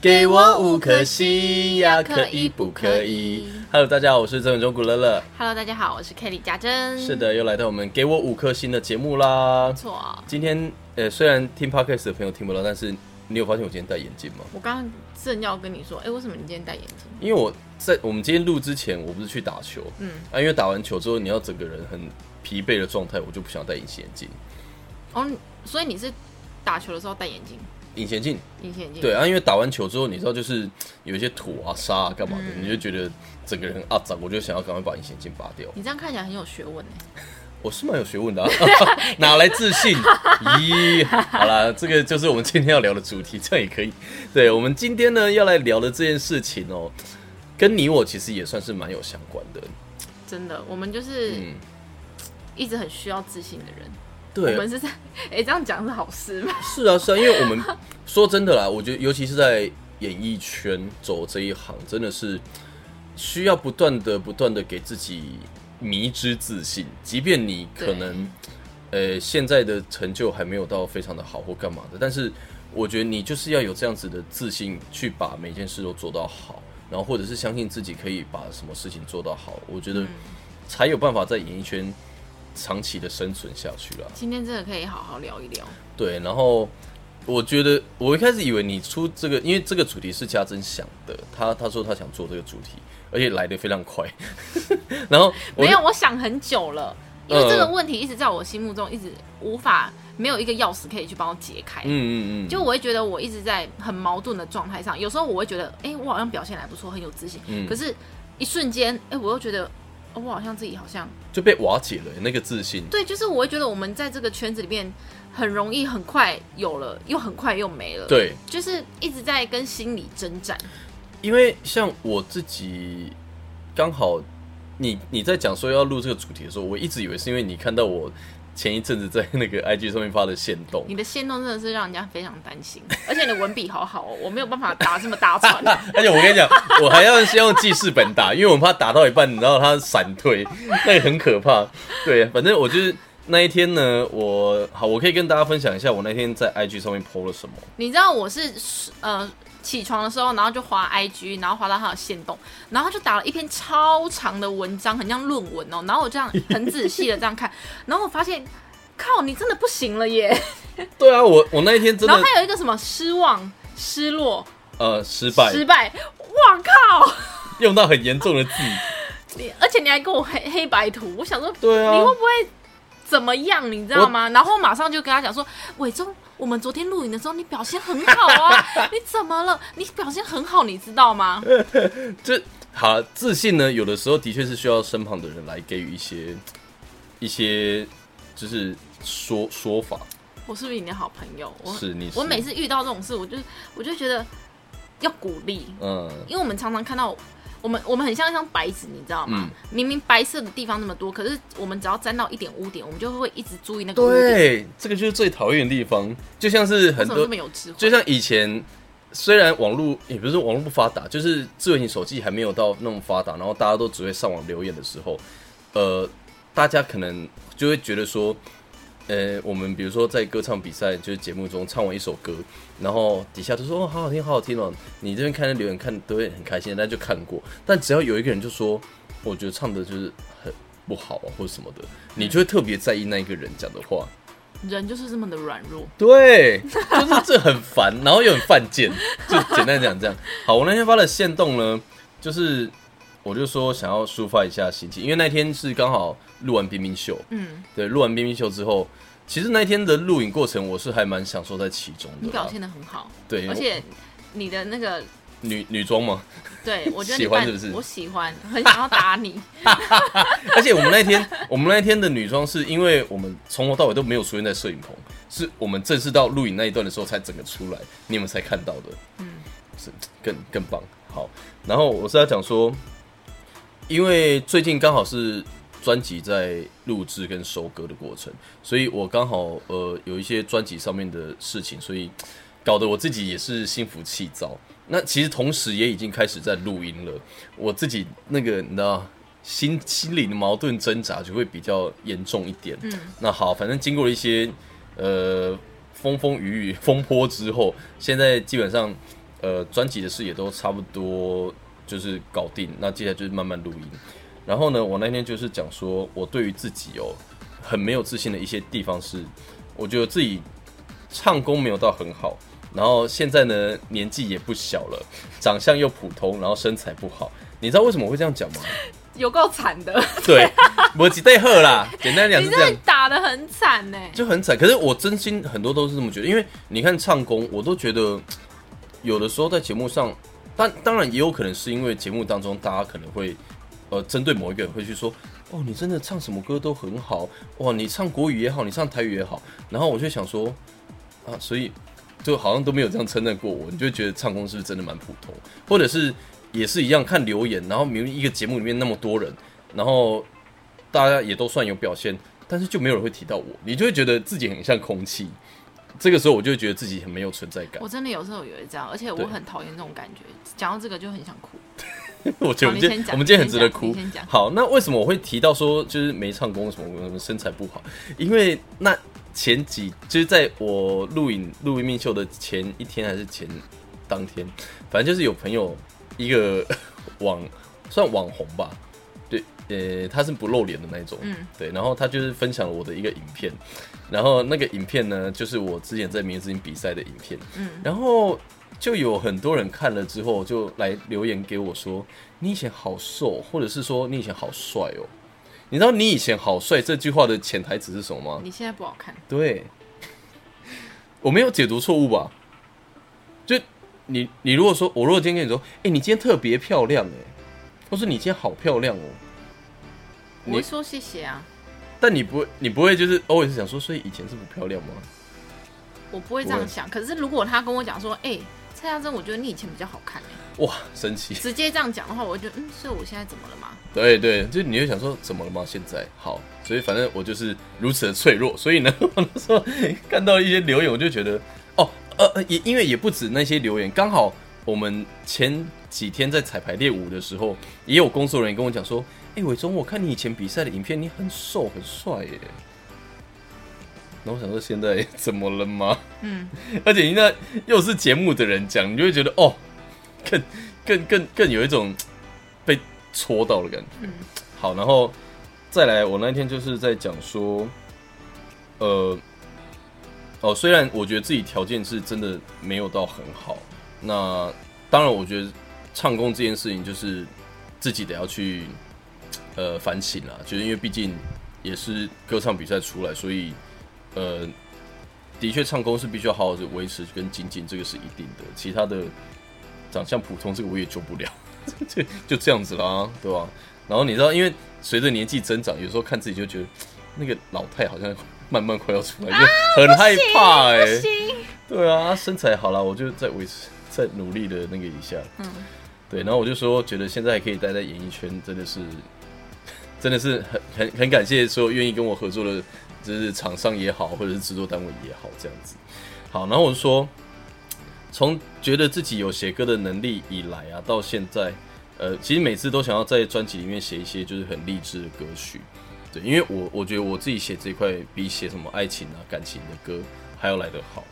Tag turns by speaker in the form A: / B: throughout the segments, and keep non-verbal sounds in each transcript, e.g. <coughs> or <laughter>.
A: 给我五颗星呀，可以不可以？Hello，大家好，我是曾永忠古乐乐。
B: Hello，大家好，我是 Kelly 家珍。
A: 是，的，又来到我们给我五颗星的节目啦
B: 不。错哦。
A: 今天呃，虽然听 podcast 的朋友听不到，但是你有发现我今天戴眼镜吗？
B: 我刚刚正要跟你说，哎、为什么你今天戴眼镜？
A: 因为我在我们今天录之前，我不是去打球，嗯，啊，因为打完球之后你要整个人很疲惫的状态，我就不想戴隐形眼镜。
B: 哦、你所以你是打球的时候戴眼镜，
A: 隐形眼镜
B: 隐形眼镜。
A: 对，啊，因为打完球之后，你知道就是有一些土啊、沙啊干嘛的，你就觉得整个人很阿脏，我就想要赶快把隐形眼镜拔掉。
B: 你这样看起来很有学问哎。
A: 我是蛮有学问的、啊， <laughs> 哪来
B: <laughs>
A: 自信？咦，好啦，这个就是我们今天要聊的主题，这样也可以。对我们今天呢要来聊的这件事情哦，跟你我其实也算是蛮有相关的。
B: 真的，我们就是
A: 嗯，
B: 一直很需要自信的人。我
A: 对
B: 们，是在， <laughs> 哎、这样讲是好事吗？ <laughs>
A: 是啊，是啊，因为我们说真的啦，我觉得尤其是在演艺圈走这一行，真的是需要不断的、不断的给自己迷之自信，即便你可
B: 对
A: 能呃现在的成就还没有到非常的好或干嘛的，但是我觉得你就是要有这样子的自信，去把每件事都做到好，然后或者是相信自己可以把什么事情做到好，我觉得才有办法在演艺圈长期的生存下去啦。
B: 今天真的可以好好聊一聊。
A: 对，然后我觉得我一开始以为你出这个，因为这个主题是家珍想的，他他说他想做这个主题，而且来的非常快。 <laughs> 然后我
B: 没
A: 就
B: 有，我想很久了，因为
A: 呃
B: 这个问题一直在我心目中一直无法没有一个钥匙可以去帮我解开。
A: 嗯嗯嗯，
B: 就我会觉得我一直在很矛盾的状态上，有时候我会觉得，哎、我好像表现得还不错，很有自信，
A: 嗯
B: 可是，一瞬间，哎、我又觉得、哦我好像自己好像，
A: 就被瓦解了那个自信。
B: 对，就是我会觉得我们在这个圈子里面，很容易很快有了，又很快又没了，，
A: 对，
B: 就是一直在跟心理征战，
A: 因为像我自己刚好你你在讲说要录这个主题的时候，我一直以为是因为你看到我前一阵子在那个 IG 上面发的线动，
B: 你的线动真的是让人家非常担心，而且你的文笔好好哦，我没有办法打这么大串，
A: <laughs> 而且我跟你讲，我还要先用记事本打，因为我怕打到一半，然后他闪退， <laughs> 那个很可怕。对，反正我就是那一天呢，我好，我可以跟大家分享一下我那天在 IG 上面 PO 了什么。
B: 你知道我是呃起床的时候，然后就滑 IG，然后滑到他的线动，然后就打了一篇超长的文章，很像论文哦。然后我这样很仔细的这样看，然后我发现，靠，你真的不行了耶！
A: 对啊，我我那一天真
B: 然后
A: 的
B: 还有一个什么失望、失落、
A: 呃失败，
B: 失败，哇靠！
A: 用到很严重的字。
B: 哦你而且你还给我黑黑白图，我想说，
A: 对啊
B: 你会不会怎么样？你知道吗？然后马上就跟他讲说，伟忠，我们昨天录影的时候你表现很好
A: <laughs>
B: 啊，你怎么了？你表现很好，你知道吗？
A: 就好自信呢，有的时候的确是需要身旁的人来给予一些一些就是说说法。
B: 我是不是你的好朋友？我
A: 是你是
B: 我每次遇到这种事，我就我就觉得要鼓励，
A: 嗯，
B: 因为我们常常看到我们我们很像一张白纸，你知道吗？
A: 嗯
B: 明明白色的地方那么多，可是我们只要沾到一点污点，我们就会一直注意那个污点。
A: 对，这个就是最讨厌的地方，就像是很
B: 为什么
A: 多
B: 这么有智慧？
A: 就像以前，虽然网络也不是网络不发达，就是智慧型手机还没有到那么发达，然后大家都只会上网留言的时候，呃，大家可能就会觉得说，呃，我们比如说在歌唱比赛，就是节目中唱完一首歌，然后底下就说哦，好好听，好好听哦，你这边看那留言看都会很开心，但就看过，但只要有一个人就说，我觉得唱的就是很不好啊，或者什么的，你就会特别在意那一个人讲的话。
B: 人就是这么的软弱。 <laughs>
A: 对，就是这很烦，然后又很犯贱，就简单讲这样。好，我那天发的线动呢，就是我就说想要抒发一下心情，因为那天是刚好录完冰冰秀，
B: 嗯，
A: 对，录完冰冰秀之后，其实那天的录影过程我是还蛮享受在其中
B: 你
A: 的啦
B: 表。现的很好，
A: 啊对，
B: 而且你的那个，
A: 女女装嘛， <laughs>
B: 对我觉得你
A: 喜欢
B: 扮
A: 是不是
B: 我喜欢，很想要打你。
A: <laughs> 而且我们那天我们那天的女装是因为我们从头到尾都没有出现在摄影棚，是我们正式到录影那一段的时候才整个出来，你们才看到的。
B: 嗯，
A: 是更更棒。好，然后我是要讲说，因为最近刚好是专辑在录制跟收割的过程，所以我刚好呃有一些专辑上面的事情，所以搞得我自己也是心浮气躁。那其实同时也已经开始在录音了，我自己那个你知道。心心里的矛盾挣扎就会比较严重一点。嗯，那好，反正经过了一 <laughs> 些呃风风雨雨、风波之后，现在基本上呃专辑的事也都差不多就是搞定，那接下来就是慢慢录音。然后呢，我那天就是讲说我对于自己哦很没有自信的一些地方是，我觉得自己唱功没有到很好，然后现在呢年纪也不小了，长相又普通，然后身材不好。你知道为什么我会这样讲吗？
B: 有够惨
A: <laughs>
B: 的，
A: 对，我几对喝啦，简单讲
B: 你
A: 是
B: 真
A: 这样
B: 的。打的很惨呢、
A: 就很惨。可是我真心很多都是这么觉得，因为你看唱功，我都觉得有的时候在节目上，但当然也有可能是因为节目当中大家可能会呃针对某一个人会去说。哦，你真的唱什么歌都很好哇！你唱国语也好，你唱台语也好，然后我就想说，啊，所以就好像都没有这样称赞过我，你就会觉得唱功是不是真的蛮普通，或者是也是一样看留言，然后明明一个节目里面那么多人，然后大家也都算有表现，但是就没有人会提到我，你就会觉得自己很像空气。这个时候我就会觉得自己很没有存在感
B: 我，真的有时候也会这样，而且我
A: 对
B: 很讨厌这种感觉。讲到这个就很想哭。
A: <laughs> 我觉得我
B: 好你
A: 们今天
B: 先讲
A: 我们今天很值得
B: 你
A: 哭
B: 先讲。
A: 好，那为什么我会提到说就是没唱功什么什么身材不好？因为那前几就是在我录影录音命秀的前一天还是前当天，反正就是有朋友一个 <laughs> 网算网红吧，对，呃，他是不露脸的那一种，
B: 嗯
A: 对，然后他就是分享了我的一个影片，然后那个影片呢，就是我之前在明日之星比赛的影片，
B: 嗯，
A: 然后就有很多人看了之后就来留言给我说：“你以前好瘦，或者是说你以前好帅哦。”你知道“你以前好帅”这句话的潜台词是什么吗？
B: 你现在不好看，
A: 对，我没有解读错误吧？就你你如果说我如果今天跟你说：“哎、你今天特别漂亮哎、或是你今天好漂亮哦。”
B: 我会说谢谢啊，
A: 但你不会你不会就是 always 想说，所以以前是不漂亮吗？
B: 我不会这
A: 不
B: 样
A: 会
B: 想。可是如果他跟我讲说，哎、蔡家珍，我觉得你以前比较好看、欸，
A: 哇，生气！
B: 直接这样讲的话，我就觉得嗯，所以我现在怎么了嘛？
A: 对对，就你会想说怎么了吗？现在好，所以反正我就是如此的脆弱，所以呢， <laughs> 我那时候看到一些留言，我就觉得哦，呃，呃也因为也不止那些留言，刚好我们前几天在彩排练舞的时候，也有工作人员跟我讲说，哎，伟忠，我看你以前比赛的影片，你很瘦很帅耶。然后我想说，现在怎么了吗？
B: 嗯，
A: <laughs> 而且你那又是节目的人讲，你就会觉得哦，更更更更有一种被戳到的感觉。
B: 嗯
A: 好，然后再来，我那天就是在讲说，呃，哦，虽然我觉得自己条件是真的没有到很好，那当然我觉得唱功这件事情就是自己得要去呃反省啦，就是因为毕竟也是歌唱比赛出来，所以呃，的确唱功是必须要好好的维持跟精进，这个是一定的，其他的长相普通这个我也救不了， <laughs> 就就这样子啦，对吧、然后你知道，因为随着年纪增长，有时候看自己就觉得那个老态好像慢慢快要出来，就很害怕哎、
B: 啊不行，
A: <laughs> 对啊，身材好了，我就再维持， <laughs> 再努力的那个一下。
B: 嗯，
A: 对，然后我就说，觉得现在可以待在演艺圈，真的是， <laughs> 真的是很很很感谢所有愿意跟我合作的，就是厂商也好，或者是制作单位也好，这样子。好，然后我就说，从觉得自己有写歌的能力以来啊，到现在，呃，其实每次都想要在专辑里面写一些就是很励志的歌曲，对，因为我我觉得我自己写这一块比写什么爱情啊、感情的歌还要来得好，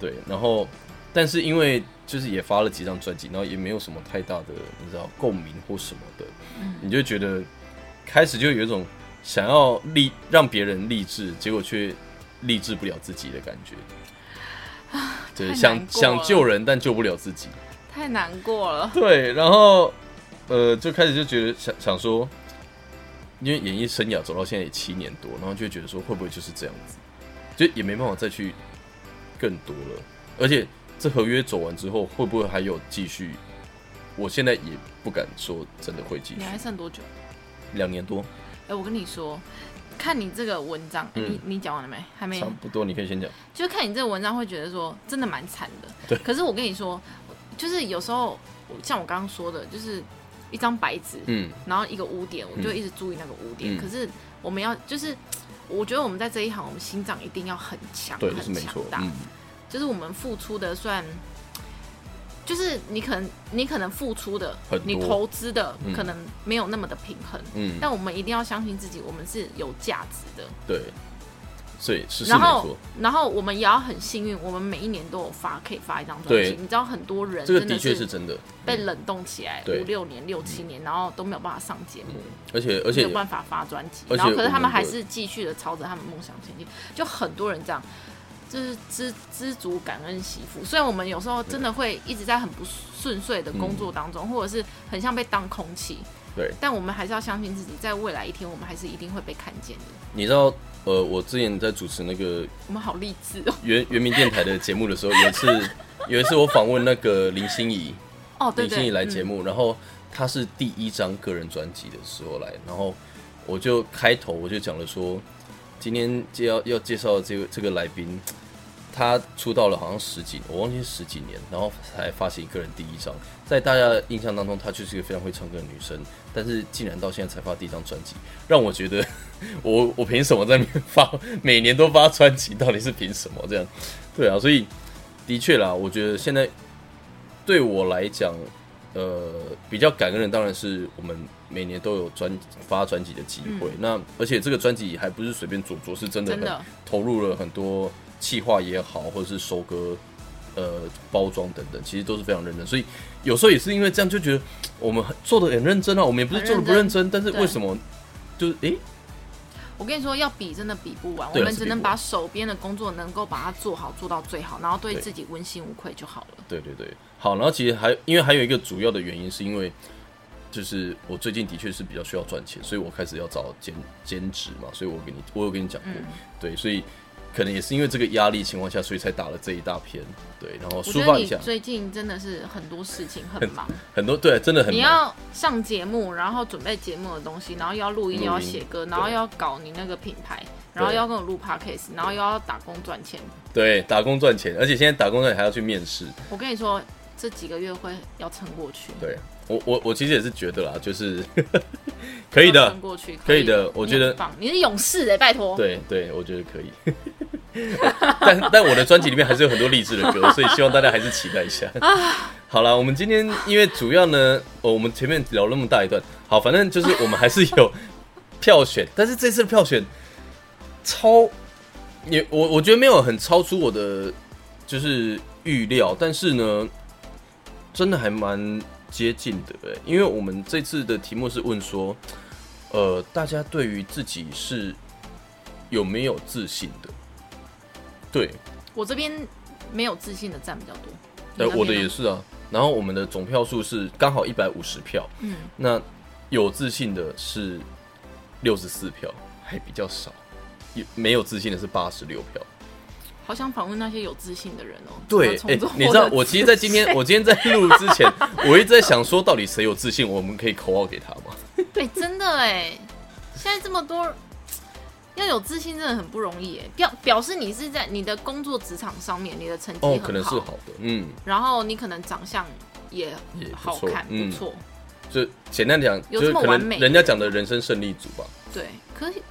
A: 对，然后但是因为就是也发了几张专辑，然后也没有什么太大的你知道共鸣或什么的，
B: 嗯
A: 你就觉得开始就有一种想要励让别人励志，结果却励志不了自己的感觉。对，
B: 啊太
A: 想
B: 难过
A: 想
B: 了
A: 救人，但救不了自己。
B: 太难过了。
A: 对，然后呃，就开始就觉得想想说，因为演艺生涯走到现在也七年多，然后就会觉得说会不会就是这样子，就也没办法再去更多了。而且这合约走完之后，会不会还有继续？我现在也不敢说真的会继续
B: 你，还剩多久？
A: 两年多
B: 哎、我跟你说，看你这个文章，哎
A: 嗯
B: 你你讲完了没？还没
A: 差，不多，你可以先讲。
B: 就是看你这个文章会觉得说，真的蛮惨的。对。可是我跟你说，就是有时候我像我刚刚说的，就是一张白纸，
A: 嗯
B: 然后一个污点，我就一直注意那个污点。
A: 嗯
B: 可是我们要就是。我觉得我们在这一行，我们心脏一定要很强，
A: 对，这是
B: 很
A: 没
B: 强
A: 错。
B: 大。
A: 嗯，
B: 就是我们付出的算，就是你可能你可能付出的
A: 很，多
B: 你投资的
A: 嗯
B: 可能没有那么的平衡，
A: 嗯
B: 但我们一定要相信自己，我们是有价值的。
A: 对，对，是是
B: 然
A: 没
B: 后
A: 错，，
B: 然后我们也要很幸运，我们每一年都有发，可以发一张专
A: 对
B: 辑。你知道很多人
A: 这个
B: 真
A: 的
B: 的
A: 确是真的，
B: 被冷冻起来
A: 对嗯
B: 五六年、六七年，然后都没有办法上节目，
A: 而且而
B: 没
A: 且
B: 有办法发专辑。
A: 而且
B: 然后，可是
A: 我
B: 他
A: 们的
B: 们还是继续的朝着他们梦想前进。就很多人这样，就是知知足感恩惜福。虽然我们有时候真的会一直在很不顺遂的工作当
A: 嗯
B: 中，或者是很像被当空气，
A: 对，
B: 但我们还是要相信自己，在未来一天，我们还是一定会被看见的。
A: 你知道，呃，我之前在主持那个
B: 我们好励志哦！
A: 原原民电台的节目的时候，有一次 <laughs> 有一次我访问那个林心怡，
B: 哦，
A: <laughs>
B: 对
A: 林心
B: 对，
A: 怡来
B: 嗯
A: 节目，然后她是第一张个人专辑的时候来，然后我就开头我就讲了说，今天介要要介绍的这个这个来宾，他出道了好像十几，我忘记是十几年，然后才发行个人第一张，在大家的印象当中，她就是一个非常会唱歌的女生，但是竟然到现在才发第一张专辑，让我觉得我我凭什么在那边发每年都发专辑，到底是凭什么这样？对啊，所以的确啦，我觉得现在对我来讲，呃，比较感恩的当然是我们每年都有专发专辑的机会。那而且这个专辑还不是随便做做，是真的
B: 嗯真
A: 很
B: 的
A: 投入了很多企划也好，或者是收割、呃包装等等，其实都是非常认真。所以有时候也是因为这样，就觉得嘖我们很做的很认真啊，我们也不是
B: 很
A: 做的不认
B: 认
A: 真，但是
B: 对
A: 为什么就是诶、
B: 我跟你说，要比真的比不完，我
A: 对啊
B: 们
A: 是
B: 只
A: 比
B: 能
A: 不完
B: 把手边的工作能够把它做好，做到最好，然后对
A: 对
B: 自己问心无愧就好了。
A: 对对对，好，然后其实还因为还有一个主要的原因，是因为就是我最近的确是比较需要赚钱，所以我开始要找兼兼职嘛，所以我跟你我有跟你讲
B: 嗯
A: 过，对，所以可能也是因为这个压力情况下，所以才打了这一大篇，对，然后
B: 我
A: 抒
B: 觉得
A: 发一
B: 你
A: 下
B: 最近真的是很多事情很忙，
A: 很多对，真的很
B: 你
A: 忙
B: 要上节目，然后准备节目的东西，然后又要录音，
A: 录音
B: 又要写歌，然后又要搞你那个品牌，然后又要跟我录 podcast，然后又要打工赚钱。
A: 对打工赚钱，而且现在打工赚钱还要去面试，
B: 我跟你说，这几个月会要撑过去，
A: 对我我我其实也是觉得啦，就是 <laughs> 可以的
B: 要，撑过去，
A: 可以的我觉得
B: 你很棒，你是勇士哎，拜托。
A: 对对，我觉得可以。 <laughs> 但但我的专辑里面还是有很多励志的歌，所以希望大家还是期待一下。好了，我们今天因为主要呢，哦，我们前面聊那么大一段，好，反正就是我们还是有票选，但是这次的票选超也我我觉得没有很超出我的就是预料，但是呢，真的还蛮接近的欸，因为我们这次的题目是问说，呃，大家对于自己是有没有自信的？对，
B: 我这边没有自信的占比较多。
A: 呃，我的也
B: 是，
A: 是啊。然后我们的总票数是刚好一百五十票，
B: 嗯，
A: 那有自信的是六十四票，还比较少；有没有自信的是八十六票。
B: 好想访问那些有自信的人哦。
A: 对，
B: 哎、
A: 你知道，我其实，在今天，我今天在录之前，
B: <laughs>
A: 我一直在想说，到底谁有自信，我们可以口号给他吗？
B: 哎、真的哎，现在这么多，要有自信真的很不容易哎。表表示你是在你的工作职场上面，你的成绩
A: 哦
B: 很，好，
A: 可能是好的，嗯，
B: 然后你可能长相也
A: 也不
B: 好
A: 错
B: 看，
A: 嗯
B: 不错，
A: 就简单讲，就
B: 有
A: 是
B: 这么
A: 可
B: 完
A: 能
B: 美
A: 人家讲的人生胜利组吧。
B: 对，可是。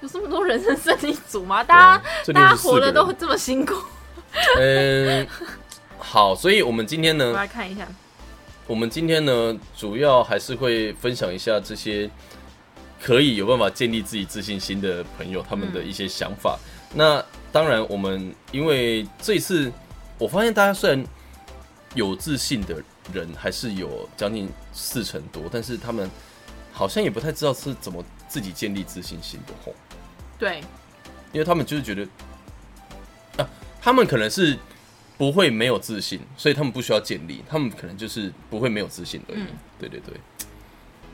B: 有这么多人生胜利组吗？大家、
A: 这
B: 大家
A: 64
B: 活
A: 个
B: 得
A: 人
B: 都这么辛苦。
A: 嗯， <laughs> 好，所以我们今天
B: 我
A: 呢，
B: 来看一下，
A: 我们今天呢，主要还是会分享一下这些可以有办法建立自己自信心的朋友他们的一些想法。那当然，我们因为这一次我发现大家虽然有自信的人还是有将近四成多，但是他们好像也不太知道是怎么自己建立自信心的吼。
B: 对，
A: 因为他们就是觉得，啊，他们可能是不会没有自信，所以他们不需要建立，他们可能就是不会没有自信而已。
B: 嗯
A: 对
B: <laughs>
A: 对对，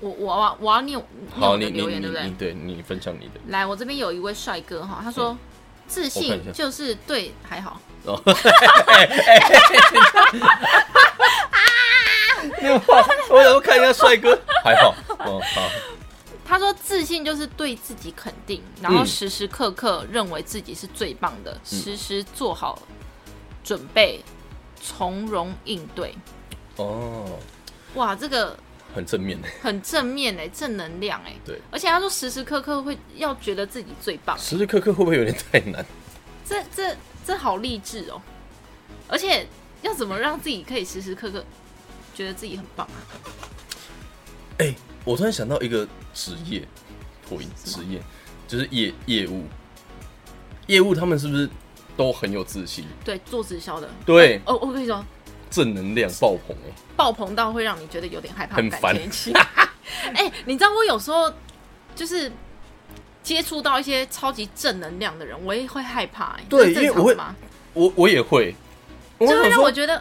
B: 我我我我要念念
A: 好，
B: 我
A: 你
B: 的
A: 你
B: 留
A: 你
B: 言，对不对
A: 你？对你分享你的
B: 来，我这边有一位帅哥哈，他说自
A: 我看一下
B: 信就是对还好，
A: 哦。没有话， <laughs> 我想说看一下帅哥， <laughs> 还好哦，好，
B: 他说自信就是对自己肯定，然后
A: 嗯
B: 时时刻刻认为自己是最棒的，时时做好准备，从容应对。
A: 哦，
B: 哇，这个
A: 很正面的，
B: 很正面哎、正能量哎、
A: 对，
B: 而且他说时时刻刻会要觉得自己最棒，
A: 时时刻刻会不会有点太难？
B: 这这这好励志哦！而且要怎么让自己可以时时刻刻觉得自己很棒啊？
A: 哎、我突然想到一个职业，破音职业就是业业务，业务他们是不是都很有自信？
B: 对，做直销的，
A: 对，
B: 哦，我跟你说，
A: 正能量爆棚哎、
B: 爆棚到会让你觉得有点害怕，
A: 很
B: 不敢
A: 烦
B: 前进 <laughs> 哎、你知道我有时候就是接触到一些超级正能量的人，我也会害怕、哎，
A: 对
B: 这是正
A: 因为
B: 常
A: 我会
B: 的吗
A: 我我也会，我
B: 就会
A: 想
B: 让我
A: 说
B: 觉得，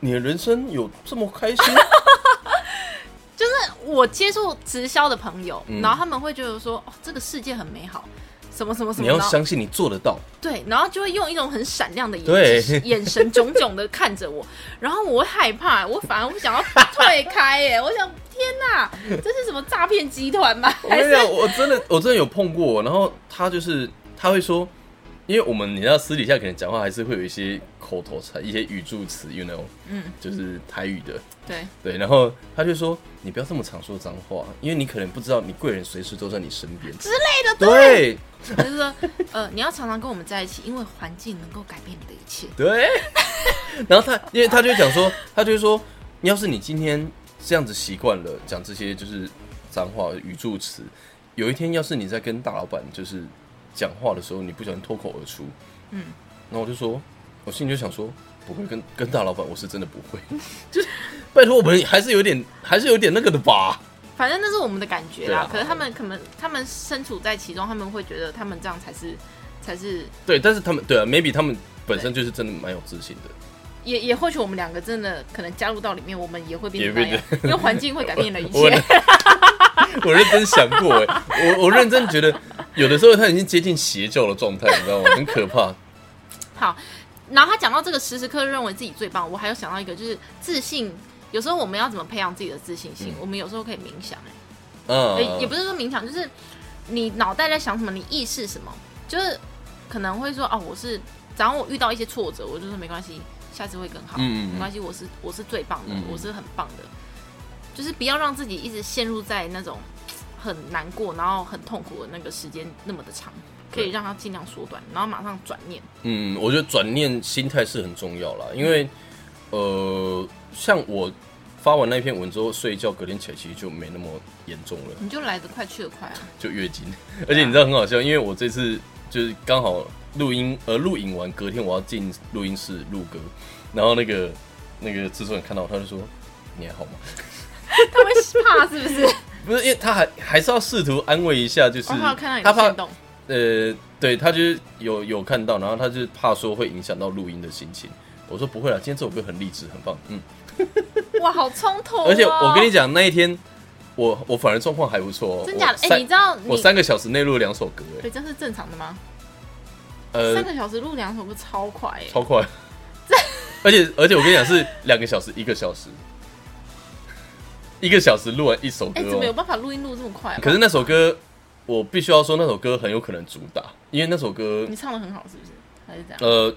A: 你的人生有这
B: <laughs>
A: 么开心？
B: 就是我接触直销的朋友，
A: 嗯
B: 然后他们会觉得说，哦，这个世界很美好，什么什么什
A: 你
B: 么，
A: 要
B: 然后
A: 相信你做得到，
B: 对，然后就会用一种很闪亮的
A: 对
B: 眼神眼神炯炯的看着我， <laughs> 然后我会害怕，我反而我想要退开耶，我想天哪，这是什么诈骗集团吗？
A: 我
B: 还
A: 跟你
B: 是
A: 讲，我真的我真的有碰过，然后他就是他会说，因为我们你知道私底下可能讲话还是会有一些口头禅、一些语助词，you know，
B: 嗯，
A: 就是台语的，
B: 对，
A: 对，然后他就说你不要这么常说脏话，因为你可能不知道你贵人随时都在你身边之类的，对
B: 就是说呃，你要常常跟我们在一起，因为环境能够改变你的一切。
A: 对。 <laughs> 然后他，因为他就会讲说，他就会说，要是你今天这样子习惯了讲这些就是脏话语助词，有一天要是你在跟大老板就是讲话的时候，你不小心脱口而出，
B: 嗯，
A: 然后我就说，我心里就想说，不会跟跟大老板，我是真的不会， <laughs> 就是拜托我们还是有点还是有点那个的吧，
B: 反正那是我们的感觉
A: 对
B: 啦
A: 啊，
B: 可是他们可能他们身处在其中，他们会觉得他们这样才是才是
A: 对，但是他们对啊，maybe 他们本身就是真的蛮有自信的。
B: 也也或许我们两个真的可能加入到里面，我们也会变
A: 也
B: 成那
A: 变
B: 样，因为环境会改变了一
A: <laughs> 我
B: 切。
A: 我认真想过哎，我我认真觉得，有的时候他已经接近邪教的状态，你知道吗？很可
B: <laughs>
A: 怕。
B: <laughs> 好，然后他讲到这个时时刻刻认为自己最棒，我还有想到一个就是自信。有时候我们要怎么培养自己的自信心？
A: 嗯
B: 我们有时候可以冥想、
A: 嗯，
B: 欸也也不是说冥想，就是你脑袋在想什么，你意识什么，就是可能会说哦，我是，只要我遇到一些挫折，我就说没关系，下次会更好，
A: 嗯嗯嗯
B: 没关系，我是我是最棒的，
A: 嗯嗯
B: 我是很棒的，就是不要让自己一直陷入在那种很难过，然后很痛苦的那个时间那么的长，可以
A: 对
B: 让它尽量缩短，然后马上转
A: <laughs>
B: 念。
A: 嗯，我觉得转念心态是很重要啦，因为呃，像我发完那篇文之后睡一觉，隔天起来其实就没那么严重了，
B: 你就来得快去得快啊！
A: 就月经。而且你知道很好笑，因为我这次就是刚好录音，呃，录影完隔天我要进录音室录歌，然后那个那个制作人看到我他就说：“你还好吗？”
B: 他会怕是不是？
A: 不是，因为他还还是要试图安慰一下，就是
B: <laughs> 我怕哦看到你
A: 他
B: 的
A: 怕
B: 行动，
A: 呃，对他就是有有看到，然后他就是怕说会影响到录音的心情。我说不会啦，今天这首歌很励志，很棒，嗯。
B: 哇，好冲突、哦！
A: 而且我跟你讲，那一天我我反而状况还不错、哦，
B: 真假
A: 我
B: 的？哎、
A: 三
B: 你知道你
A: 我三个小时内录了两首歌、哎，
B: 对这是正常的吗？三
A: 呃，
B: 个小时录两首歌超快哎、
A: 超
B: <laughs>
A: 快。 <laughs> 而且而且我跟你讲是两个小时，一个小时，一个小时录完一首歌、
B: 哎、
A: 哦。
B: 怎么有办法录音录这么快啊？
A: 可是那首歌，我必须要说那首歌很有可能主打，因为那首歌
B: 你唱的很好是不是？还是这样？
A: 呃，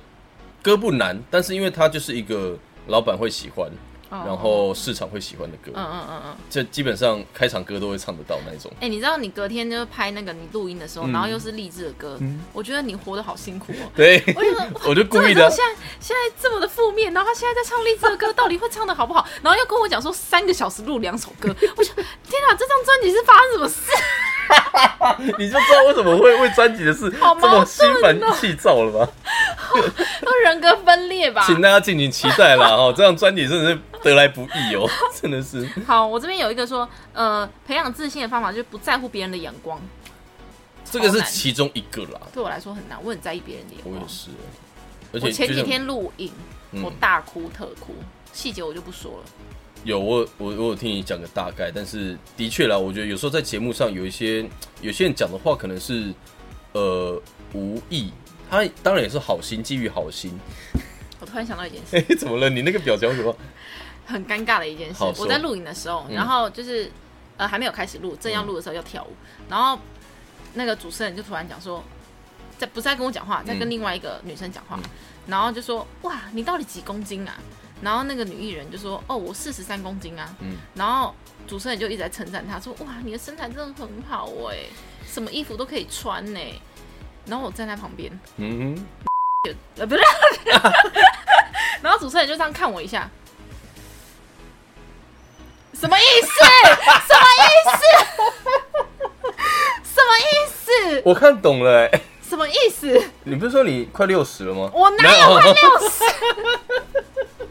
A: 歌不难，但是因为它就是一个老板会喜欢，
B: 哦
A: 然后市场会喜欢的歌，
B: 嗯嗯嗯嗯。
A: 这基本上开场歌都会唱得到那一种。
B: 哎、你知道你隔天就拍那个你录音的时候，
A: 嗯
B: 然后又是励志的歌，我觉得你活得好辛苦哦。
A: 对，
B: 我就说，
A: 我 <laughs> 就故
B: 这
A: 意
B: 个
A: 的
B: 人，现在现在这么的负面，然后他现在在唱励志的歌，到底会唱的好不 <laughs> 好？然后又跟我讲说三个小时录两首歌， <laughs> 我想天哪，这张专辑是发生什么事？ <laughs>
A: 你就知道为什么会为专辑的事
B: 好
A: 这
B: 矛盾
A: 么心烦
B: 哦
A: 气躁了吧？
B: 都人格分裂吧？
A: 请大家敬请期待啦！哦，这张专辑真的是得来不易哦，真的是。
B: 好，我这边有一个说，呃，培养自信的方法就是不在乎别人的眼光。
A: 这个是
B: 难
A: 其中一个啦，
B: 对我来说很难，我很在意别人的眼
A: 我
B: 光
A: 也。是，而
B: 我
A: 且
B: 前
A: 就
B: 几
A: 像
B: 天录影，
A: 嗯
B: 我大哭特哭，细节我就不说了。
A: 有我我我有听你讲个大概，但是的确啦，我觉得有时候在节目上有一些有些人讲的话可能是呃无意，他当然也是好心，基于好心。
B: 我突然想到一件事，
A: 哎、 <laughs> 怎么了？你那个表情为什么？
B: 很尴尬的一件事
A: 好。说
B: 我在录影的时候，
A: 嗯
B: 然后就是呃还没有开始录，正要录的时候要跳舞，然后那个主持人就突然讲说，在不是在跟我讲话，在跟
A: 嗯
B: 另外一个女生讲话
A: 嗯，
B: 然后就说哇，你到底几公斤啊？然后那个女艺人就说哦，我四十三公斤啊。
A: 嗯
B: 然后主持人就一直在称赞她说哇，你的身材真的很好哎、什么衣服都可以穿呢、然后我站在旁边，
A: 嗯哼，
B: 呃，不是， <laughs> 然后主持人就这样看我一下，什么意思？什么意思？什么意思？
A: 我看懂了、哎，
B: 什什么意思？
A: 你不是说你快六十了吗？
B: 我哪有快六十？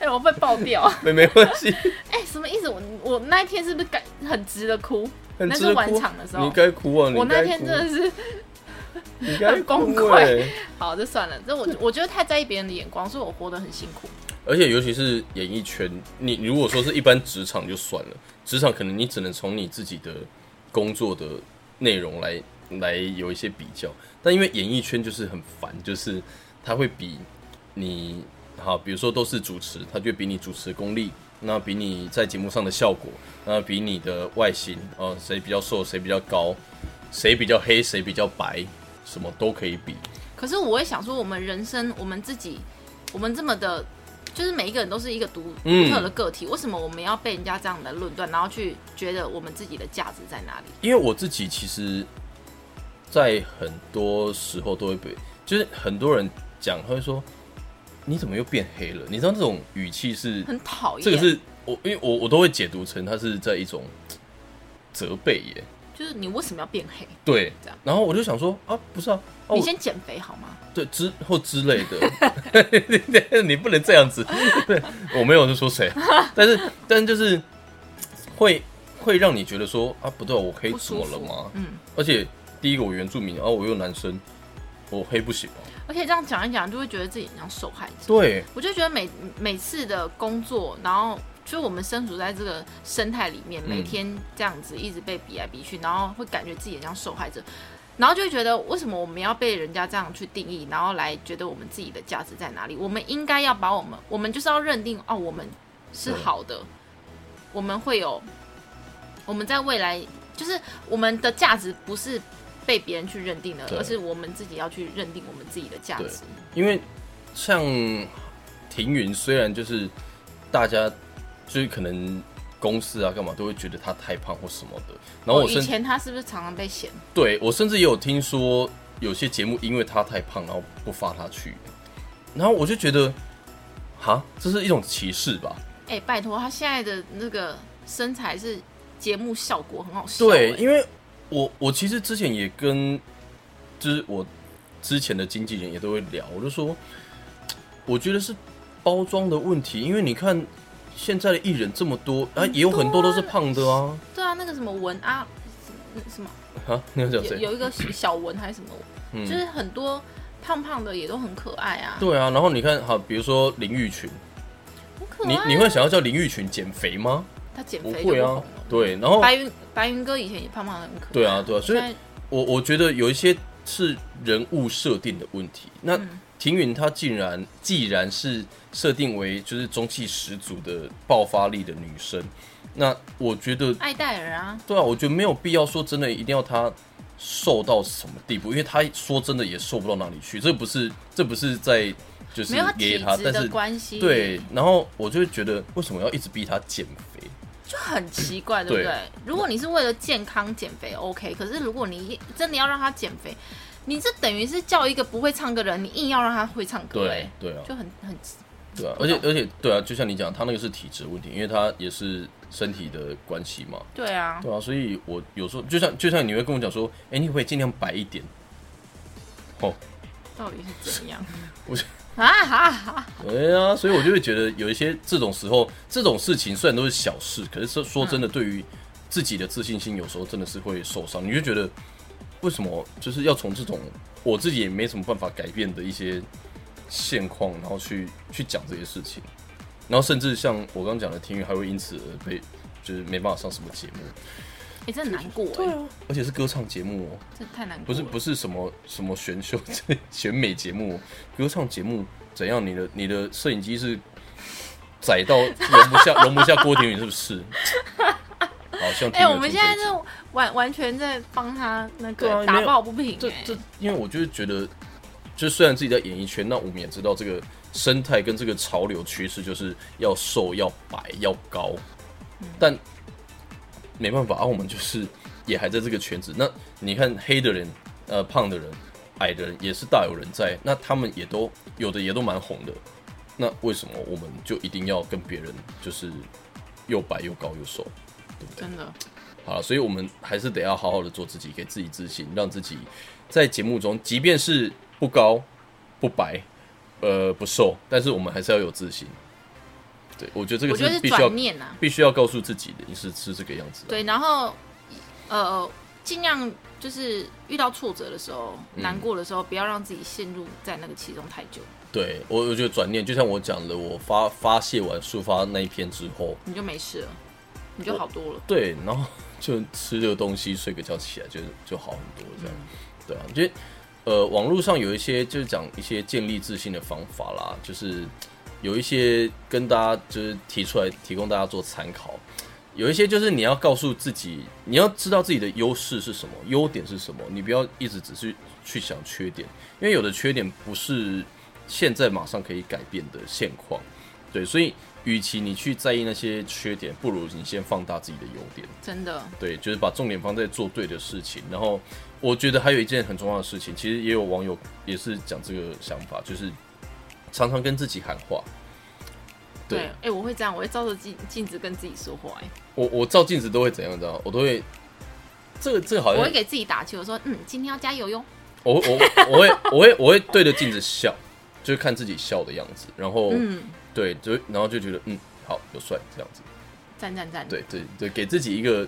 B: 哎、我被爆掉！
A: 没没关系，
B: 哎、什么意思？我我那一天是不是感很值得哭？<laughs>
A: 很
B: 那
A: 值
B: 是
A: 得
B: 晚
A: 哭
B: 场的时候
A: 你该哭啊！你
B: 我那
A: 该
B: 天
A: 哭
B: 真的是，
A: 你该
B: 很崩
A: 哭
B: 溃
A: 欸
B: 好，这算了，这我我觉得太在意别人的眼光，所以我活得很辛苦。
A: 而且尤其是演艺圈，你你如果说是一般职场就算了，职场可能你只能从你自己的工作的内容来来有一些比较，但因为演艺圈就是很烦，就是他会比你好，比如说都是主持，他就比你主持功力，那比你在节目上的效果，那比你的外形，呃，谁比较瘦，谁比较高，谁比较黑，谁比较白，什么都可以比。
B: 可是我会想说，我们人生，我们自己，我们这么的，就是每一个人都是一个独
A: 嗯
B: 独特的个体，为什么我们要被人家这样的论断，然后去觉得我们自己的价值在哪里？
A: 因为我自己其实，在很多时候都会被，就是很多人讲，他会说你怎么又变黑了？你知道这种语气是，
B: 很讨厌。
A: 这个是我，因为我我都会解读成他是在一种责备耶。
B: 就是你为什么要变黑？
A: 对
B: 这样，
A: 然后我就想说啊，不是啊，哦、
B: 你先减肥好吗？
A: 对之或之类的， <laughs> 你不能这样子。对，我没有在说谁，但是但就是会会让你觉得说啊，不对，我黑
B: 不
A: 怎么
B: 舒
A: 了吗
B: 服。？嗯，
A: 而且第一个我原住民，然、后我又男生，我黑不行哦吗？
B: 而且这样讲一讲，就会觉得自己很像受害者。
A: 对，
B: 我就觉得每每次的工作，然后就是我们身处在这个生态里面，
A: 嗯
B: 每天这样子一直被比来比去，然后会感觉自己很像受害者，然后就会觉得为什么我们要被人家这样去定义，然后来觉得我们自己的价值在哪里？我们应该要把我们，我们就是要认定哦，我们是好的，我们会有，我们在未来就是我们的价值不是。被别人去认定的，
A: 对
B: 而是我们自己要去认定我们自己的价
A: 对
B: 值。
A: 因为像庭云，虽然就是大家就是可能公司啊干嘛都会觉得他太胖或什么的，然后
B: 哦
A: 我
B: 以
A: 甚
B: 前他是不是常常被嫌
A: 对我甚至也有听说有些节目因为他太胖，然后不发他去，然后我就觉得，哈，这是一种歧视吧？
B: 哎、拜托，他现在的那个身材是节目效果很好笑、
A: 对，
B: 哎
A: 因为我我其实之前也跟，就是我之前的经纪人也都会聊，我就说，我觉得是包装的问题，因为你看现在的艺人这么多，啊，也有很多都是胖的啊，
B: 对啊，那个什么文啊，什么
A: 啊，你要讲
B: 有
A: 谁？
B: 有一个小文还是什么，
A: 嗯
B: 就是很多胖胖的也都很可爱啊，
A: 对啊，然后你看，好，比如说林育群，
B: 很可爱
A: 你
B: 啊、
A: 你会想要叫林育群减肥吗？
B: 他减
A: 不
B: 肥就
A: 会
B: 红
A: 啊
B: 了，
A: 对，然后
B: 白云白云哥以前也胖胖的很可爱，
A: 对啊，对啊，所以
B: 现在
A: 我我觉得有一些是人物设定的问题。那
B: 嗯
A: 庭允她竟然既然是设定为就是中气十足的爆发力的女生，那我觉得
B: 艾戴尔啊，
A: 对啊，我觉得没有必要说真的一定要她瘦到什么地步，因为她说真的也瘦不到哪里去。这不是这不是在就是
B: 没有他
A: 揶
B: 体
A: 揄她，
B: 质
A: 但
B: 的
A: 是
B: 关系，
A: 对，，然后我就会觉得为什么要一直逼她减肥？
B: 就很奇怪，对不对？
A: 对
B: 如果你是为了健康减肥，OK，可是如果你真的要让他减肥，你这等于是叫一个不会唱歌的人，你硬要让他会唱歌、
A: 对
B: 哎，
A: 对啊，
B: 就很很
A: 对啊，而且而且对啊，就像你讲，他那个是体质问题，因为他也是身体的关系嘛。
B: 对啊。
A: 对啊，所以我有时候就像就像你会跟我讲说，哎、你可不可以尽量白一点？哦
B: 到底是怎样？
A: <laughs> 我是
B: <laughs> 啊哈哈！
A: 对啊，所以我就会觉得有一些这种时候，这种事情虽然都是小事，可是说说真的，对于自己的自信心，有时候真的是会受伤。你就觉得为什么就是要从这种我自己也没什么办法改变的一些现况，然后去去讲这些事情，然后甚至像我刚刚讲的，庭宇还会因此而被就是没办法上什么节目。
B: 哎、真的难过哎、
A: 啊，而且是歌唱节目哦，
B: 这太难
A: 不
B: 过了。
A: 是不是什么什么选秀这选美节目哦，歌唱节目怎样？你的你的摄影机是窄到容不下容不下郭婷宇是不是？好像
B: 哎、我们现在
A: 这
B: 就完完全在帮他那
A: 对
B: 个、
A: 啊没
B: 打
A: 有
B: 抱不平、
A: 这
B: 哎
A: 这，因为我就是觉得，就虽然自己在演艺圈，那我们也知道这个生态跟这个潮流趋势就是要瘦要白要高，但没办法啊，我们就是也还在这个圈子。那你看黑的人，呃，胖的人，矮的人也是大有人在，那他们也都有的也都蛮红的。那为什么我们就一定要跟别人就是又白又高又瘦？
B: 真的
A: 好了，所以我们还是得要好好的做自己，给自己自信，让自己在节目中，即便是不高、不白、呃不瘦，但是我们还是要有自信。对，我觉得这
B: 我
A: 个
B: 觉得
A: 是
B: 是
A: 必须要
B: 转念啊，
A: 必须要告诉自己的，你是是这个样子的。
B: 对，然后呃，尽量就是遇到挫折的时候、
A: 嗯
B: 难过的时候，不要让自己陷入在那个其中太久，
A: 对我，我觉得转念就像我讲的，我发发泄完抒发那一篇之后，
B: 你就没事了，你就好多了。
A: 对，然后 <laughs> 就吃个东西，睡个觉，起来就就好很多这样。对啊，就呃，网络上有一些就是讲一些建立自信的方法啦，就是有一些跟大家就是提出来提供大家做参考。有一些就是你要告诉自己，你要知道自己的优势是什么，优点是什么，你不要一直只是去想缺点，因为有的缺点不是现在马上可以改变的现况。对，所以与其你去在意那些缺点，不如你先放大自己的优点。
B: 真的，
A: 对，就是把重点放在做对的事情。然后我觉得还有一件很重要的事情，其实也有网友也是讲这个想法，就是常常跟自己喊话。
B: 对，哎、我会这样，我会照着镜镜子跟自己说话、哎，
A: 我，我照镜子都会怎样？你知道吗？我都会，这个这个好
B: 我
A: 像
B: 会给自己打气，我说，嗯，今天要加油哟。
A: 我我我会我会我会对着镜子笑，就是看自己笑的样子。然后、
B: 嗯，
A: 对，就然后就觉得嗯，好有帅这样子。
B: 赞赞赞，
A: 对对对，给自己一个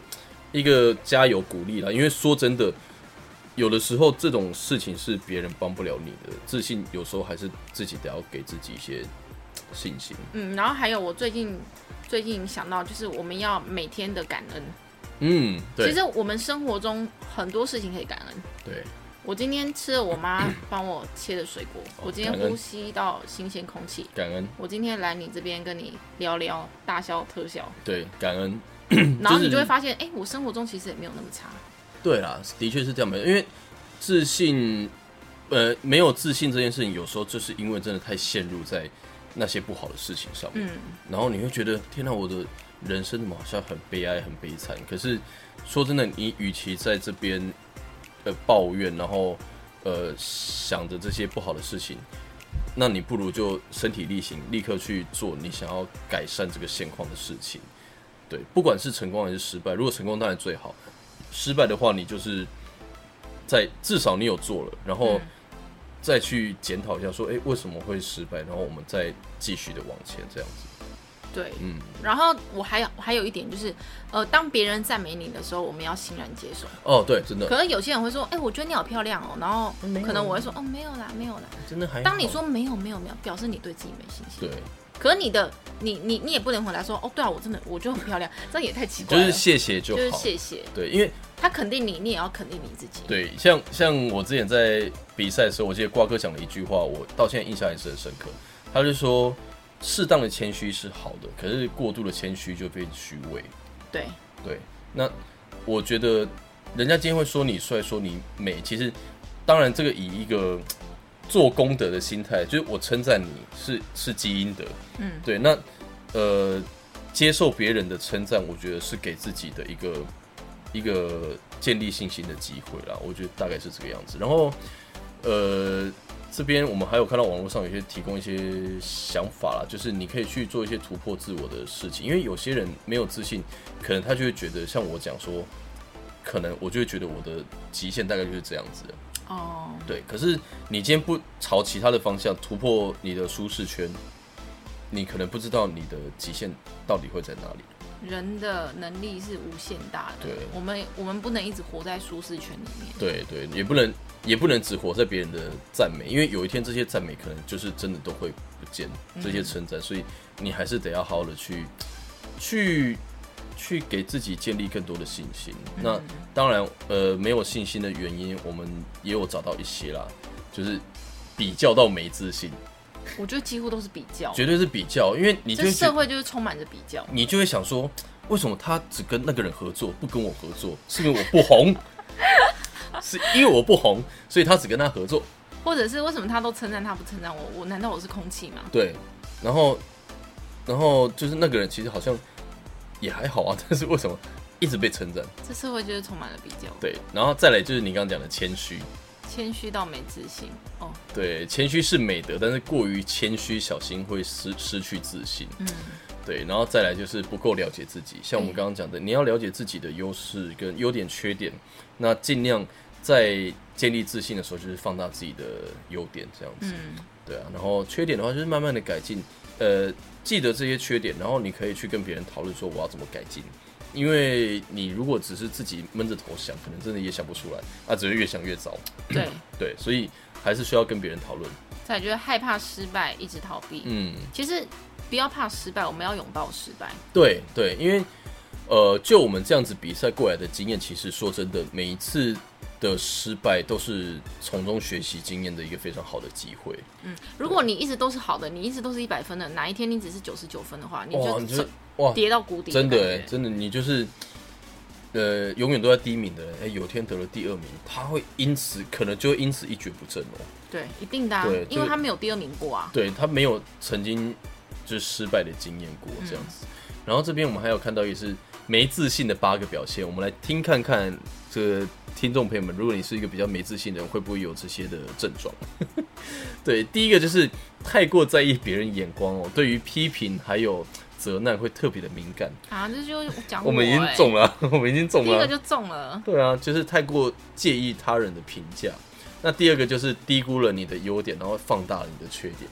A: 一个加油鼓励啦。因为说真的，有的时候这种事情是别人帮不了你的，自信有时候还是自己得要给自己一些信心。
B: 嗯，然后还有我最近最近想到，就是我们要每天的感恩。
A: 嗯，
B: 其
A: 对
B: 实我们生活中很多事情可以感恩。
A: 对，
B: 我今天吃了我妈 <coughs> 帮我切的水果，我今天
A: 感恩
B: 呼吸到新鲜空气，
A: 感恩，
B: 我今天来你这边跟你聊聊大消特消，
A: 对感恩，
B: 然后
A: 嗯就是
B: 你就会发现，哎、我生活中其实也没有那么差。
A: 对啦，的确是这样没有，因为自信，呃，没有自信这件事情，有时候就是因为真的太陷入在那些不好的事情上面。
B: 嗯，
A: 然后你会觉得天哪，我的人生怎么好像很悲哀、很悲惨？可是说真的，你与其在这边呃抱怨，然后呃想着这些不好的事情，那你不如就身体力行，立刻去做你想要改善这个现况的事情。对，不管是成功还是失败，如果成功当然最好，失败的话你就是在至少你有做了，然后
B: 嗯
A: 再去检讨一下说，诶为什么会失败？然后我们再继续的往前这样子。
B: 对。
A: 嗯，
B: 然后我还有还有一点就是，呃，当别人赞美你的时候，我们要欣然接受。
A: 哦，对，真的，
B: 可能有些人会说，哎、我觉得你好漂亮哦，然后
A: 没有啊
B: 可能我会说，哦，没有啦，没有啦。
A: 真的还好
B: 当你说没有没有没有，表示你对啊自己没信心。
A: 对，
B: 可是你的你你你也不能回答说，哦，对啊，我真的我就很漂亮， <laughs> 这也太奇怪
A: 就
B: 了。
A: 是谢谢就
B: 就
A: 好，
B: 是谢谢，
A: 对，因为
B: 他肯定你，你也要肯定你自己。
A: 对，像像我之前在比赛的时候，我记得瓜哥讲了一句话，我到现在印象也是很深刻。他就说，适当的谦虚是好的，可是过度的谦虚就变虚伪。
B: 对
A: 对，那我觉得人家今天会说你帅，说你美，其实当然这个以一个做功德的心态，就是我称赞你是是积阴德，
B: 嗯，
A: 对，那呃接受别人的称赞，我觉得是给自己的一个一个建立信心的机会啦，我觉得大概是这个样子。然后呃。这边我们还有看到网络上有些提供一些想法啦，就是你可以去做一些突破自我的事情，因为有些人没有自信，可能他就会觉得像我讲说，可能我就会觉得我的极限大概就是这样子了。
B: 哦，
A: 对，可是你今天不朝其他的方向突破你的舒适圈，你可能不知道你的极限到底会在哪里。
B: 人的能力是无限大的。
A: 对
B: 我们我们不能一直活在舒适圈里面。
A: 对对，也不能也不能只活在别人的赞美，因为有一天这些赞美可能就是真的都会不见这
B: 嗯
A: 些称赞，所以你还是得要好好的去去去给自己建立更多的信心。那
B: 嗯
A: 当然，呃，没有信心的原因，我们也有找到一些啦，就是比较到没自信，
B: 我觉得几乎都是比较，
A: 绝对是比较，因为你就
B: 这
A: 会觉
B: 社
A: 得
B: 会就是充满着比较。
A: 你就会想说，为什么他只跟那个人合作，不跟我合作？是因为我不红， <laughs> 是因为我不红，所以他只跟他合作。
B: 或者是为什么他都称赞他不称赞我？我难道我是空气吗？
A: 对，然后，然后就是那个人其实好像也还好啊， <laughs> 但是为什么一直被称赞？
B: 这社会就是充满了比较，
A: 对，然后再来就是你刚刚讲的谦虚，
B: 谦虚到没自信。哦，
A: <clears throat> 对，谦虚是美德，但是过于谦虚，小心会失失去自信。
B: 嗯，
A: 对，然后再来就是不够了解自己，像我们
B: 嗯
A: 刚刚讲的，你要了解自己的优势跟优点、缺点，那尽量在建立自信的时候，就是放大自己的优点，这样子。
B: 嗯，
A: 对啊，然后缺点的话就是慢慢的改进，呃，记得这些缺点，然后你可以去跟别人讨论说我要怎么改进，因为你如果只是自己闷着头想，可能真的也想不出来，那、只会越想越糟。
B: 对。
A: 对，所以还是需要跟别人讨论。
B: 再来就是害怕失败，一直逃避。
A: 嗯，
B: 其实不要怕失败，我们要拥抱失败。
A: 对对，因为呃，就我们这样子比赛过来的经验，其实说真的，每一次的失败都是从中学习经验的一个非常好的机会。
B: 如果你一直都是好的，你一直都是一百分的，哪一天你只是九十九分的话，你
A: 哇，你就
B: 走
A: 哇，
B: 跌到谷底
A: 真
B: 的
A: 的
B: 感
A: 哎，
B: 觉
A: 真的，你就是呃，永远都在第一名的人，哎，有一天得了第二名，他会因此可能就会因此一蹶不振哦。
B: 对，一定的、啊
A: 对，就
B: 因为他没有第二名过啊。
A: 对他没有曾经就是失败的经验过这样子。然后这边我们还有看到也是没自信的八个表现，我们来听看看这个听众朋友们，如果你是一个比较没自信的人，会不会有这些的症状？ <laughs> 对，第一个就是太过在意别人眼光哦，对于批评还有责难会特别的敏感。
B: 啊，这就讲
A: 我们已经
B: 欸
A: 中了， <laughs> 我们已经中
B: 第一个
A: 了。
B: 就中了。
A: 对啊，就是太过介意他人的评价。那第二个就是低估了你的优点，然后放大了你的缺点。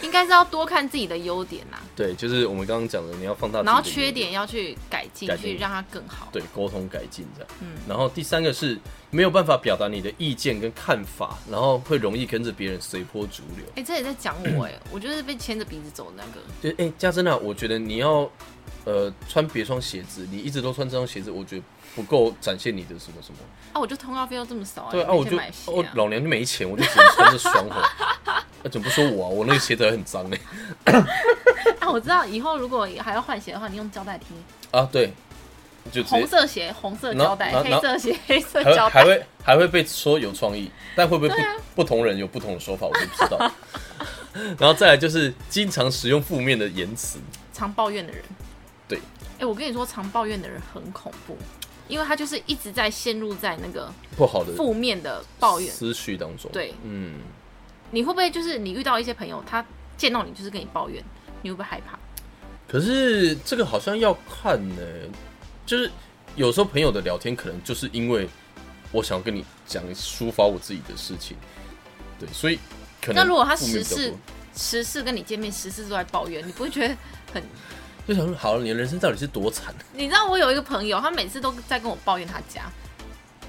B: 应该是要多看自己的优点呐、啊
A: 对，就是我们刚刚讲的，你要放大自己的
B: 然后
A: 优
B: 缺点要去改进
A: 改，进
B: 去让它更好。
A: 对沟通改进这样。
B: 嗯
A: 然后第三个是没有办法表达你的意见跟看法，然后会容易跟着别人随波逐流。
B: 哎、这也在讲我哎、 <clears throat> 我就是被牵着鼻子走的那个。
A: 就哎，家珍啊，我觉得你要呃穿别双鞋子，你一直都穿这双鞋子，我觉得不够展现你的什么什么。
B: 啊，我就通告费又这么少、啊，
A: 对啊，
B: 你没
A: 我就
B: 钱买鞋
A: 我
B: 啊、
A: 老娘就没钱，我就只能穿这双红。 <laughs> 那怎么不说我啊？我那个鞋子还很脏哎、
B: <laughs> 啊，我知道以后如果还要换鞋的话，你用胶带贴，
A: 啊，对，就直
B: 红
A: 接
B: 色鞋红色胶带，
A: 然后
B: 黑
A: 然后
B: 色鞋黑色
A: 还会
B: 胶
A: 还
B: 带。
A: 会还会被说有创意，但会不会不、
B: 对啊
A: 不同人有不同的说法，我就不知
B: <laughs>
A: 道。然后再来就是经常使用负面的言辞，
B: 常抱怨的人，
A: 对，
B: 哎、我跟你说，常抱怨的人很恐怖，因为他就是一直在陷入在那个
A: 不好的
B: 负面的抱怨。
A: 思绪当中。
B: 对
A: 嗯，
B: 你会不会就是你遇到一些朋友，他见到你就是跟你抱怨，你会不会害怕？
A: 可是这个好像要看呢、就是有时候朋友的聊天可能就是因为我想要跟你讲抒发我自己的事情，对，所以可能
B: 那如果他
A: 负
B: 十
A: 面比较
B: 次
A: 多
B: 十次跟你见面，十次都在抱怨，你不会觉得很？
A: 就想说好了，你的人生到底是多惨？
B: 你知道我有一个朋友，他每次都在跟我抱怨他家，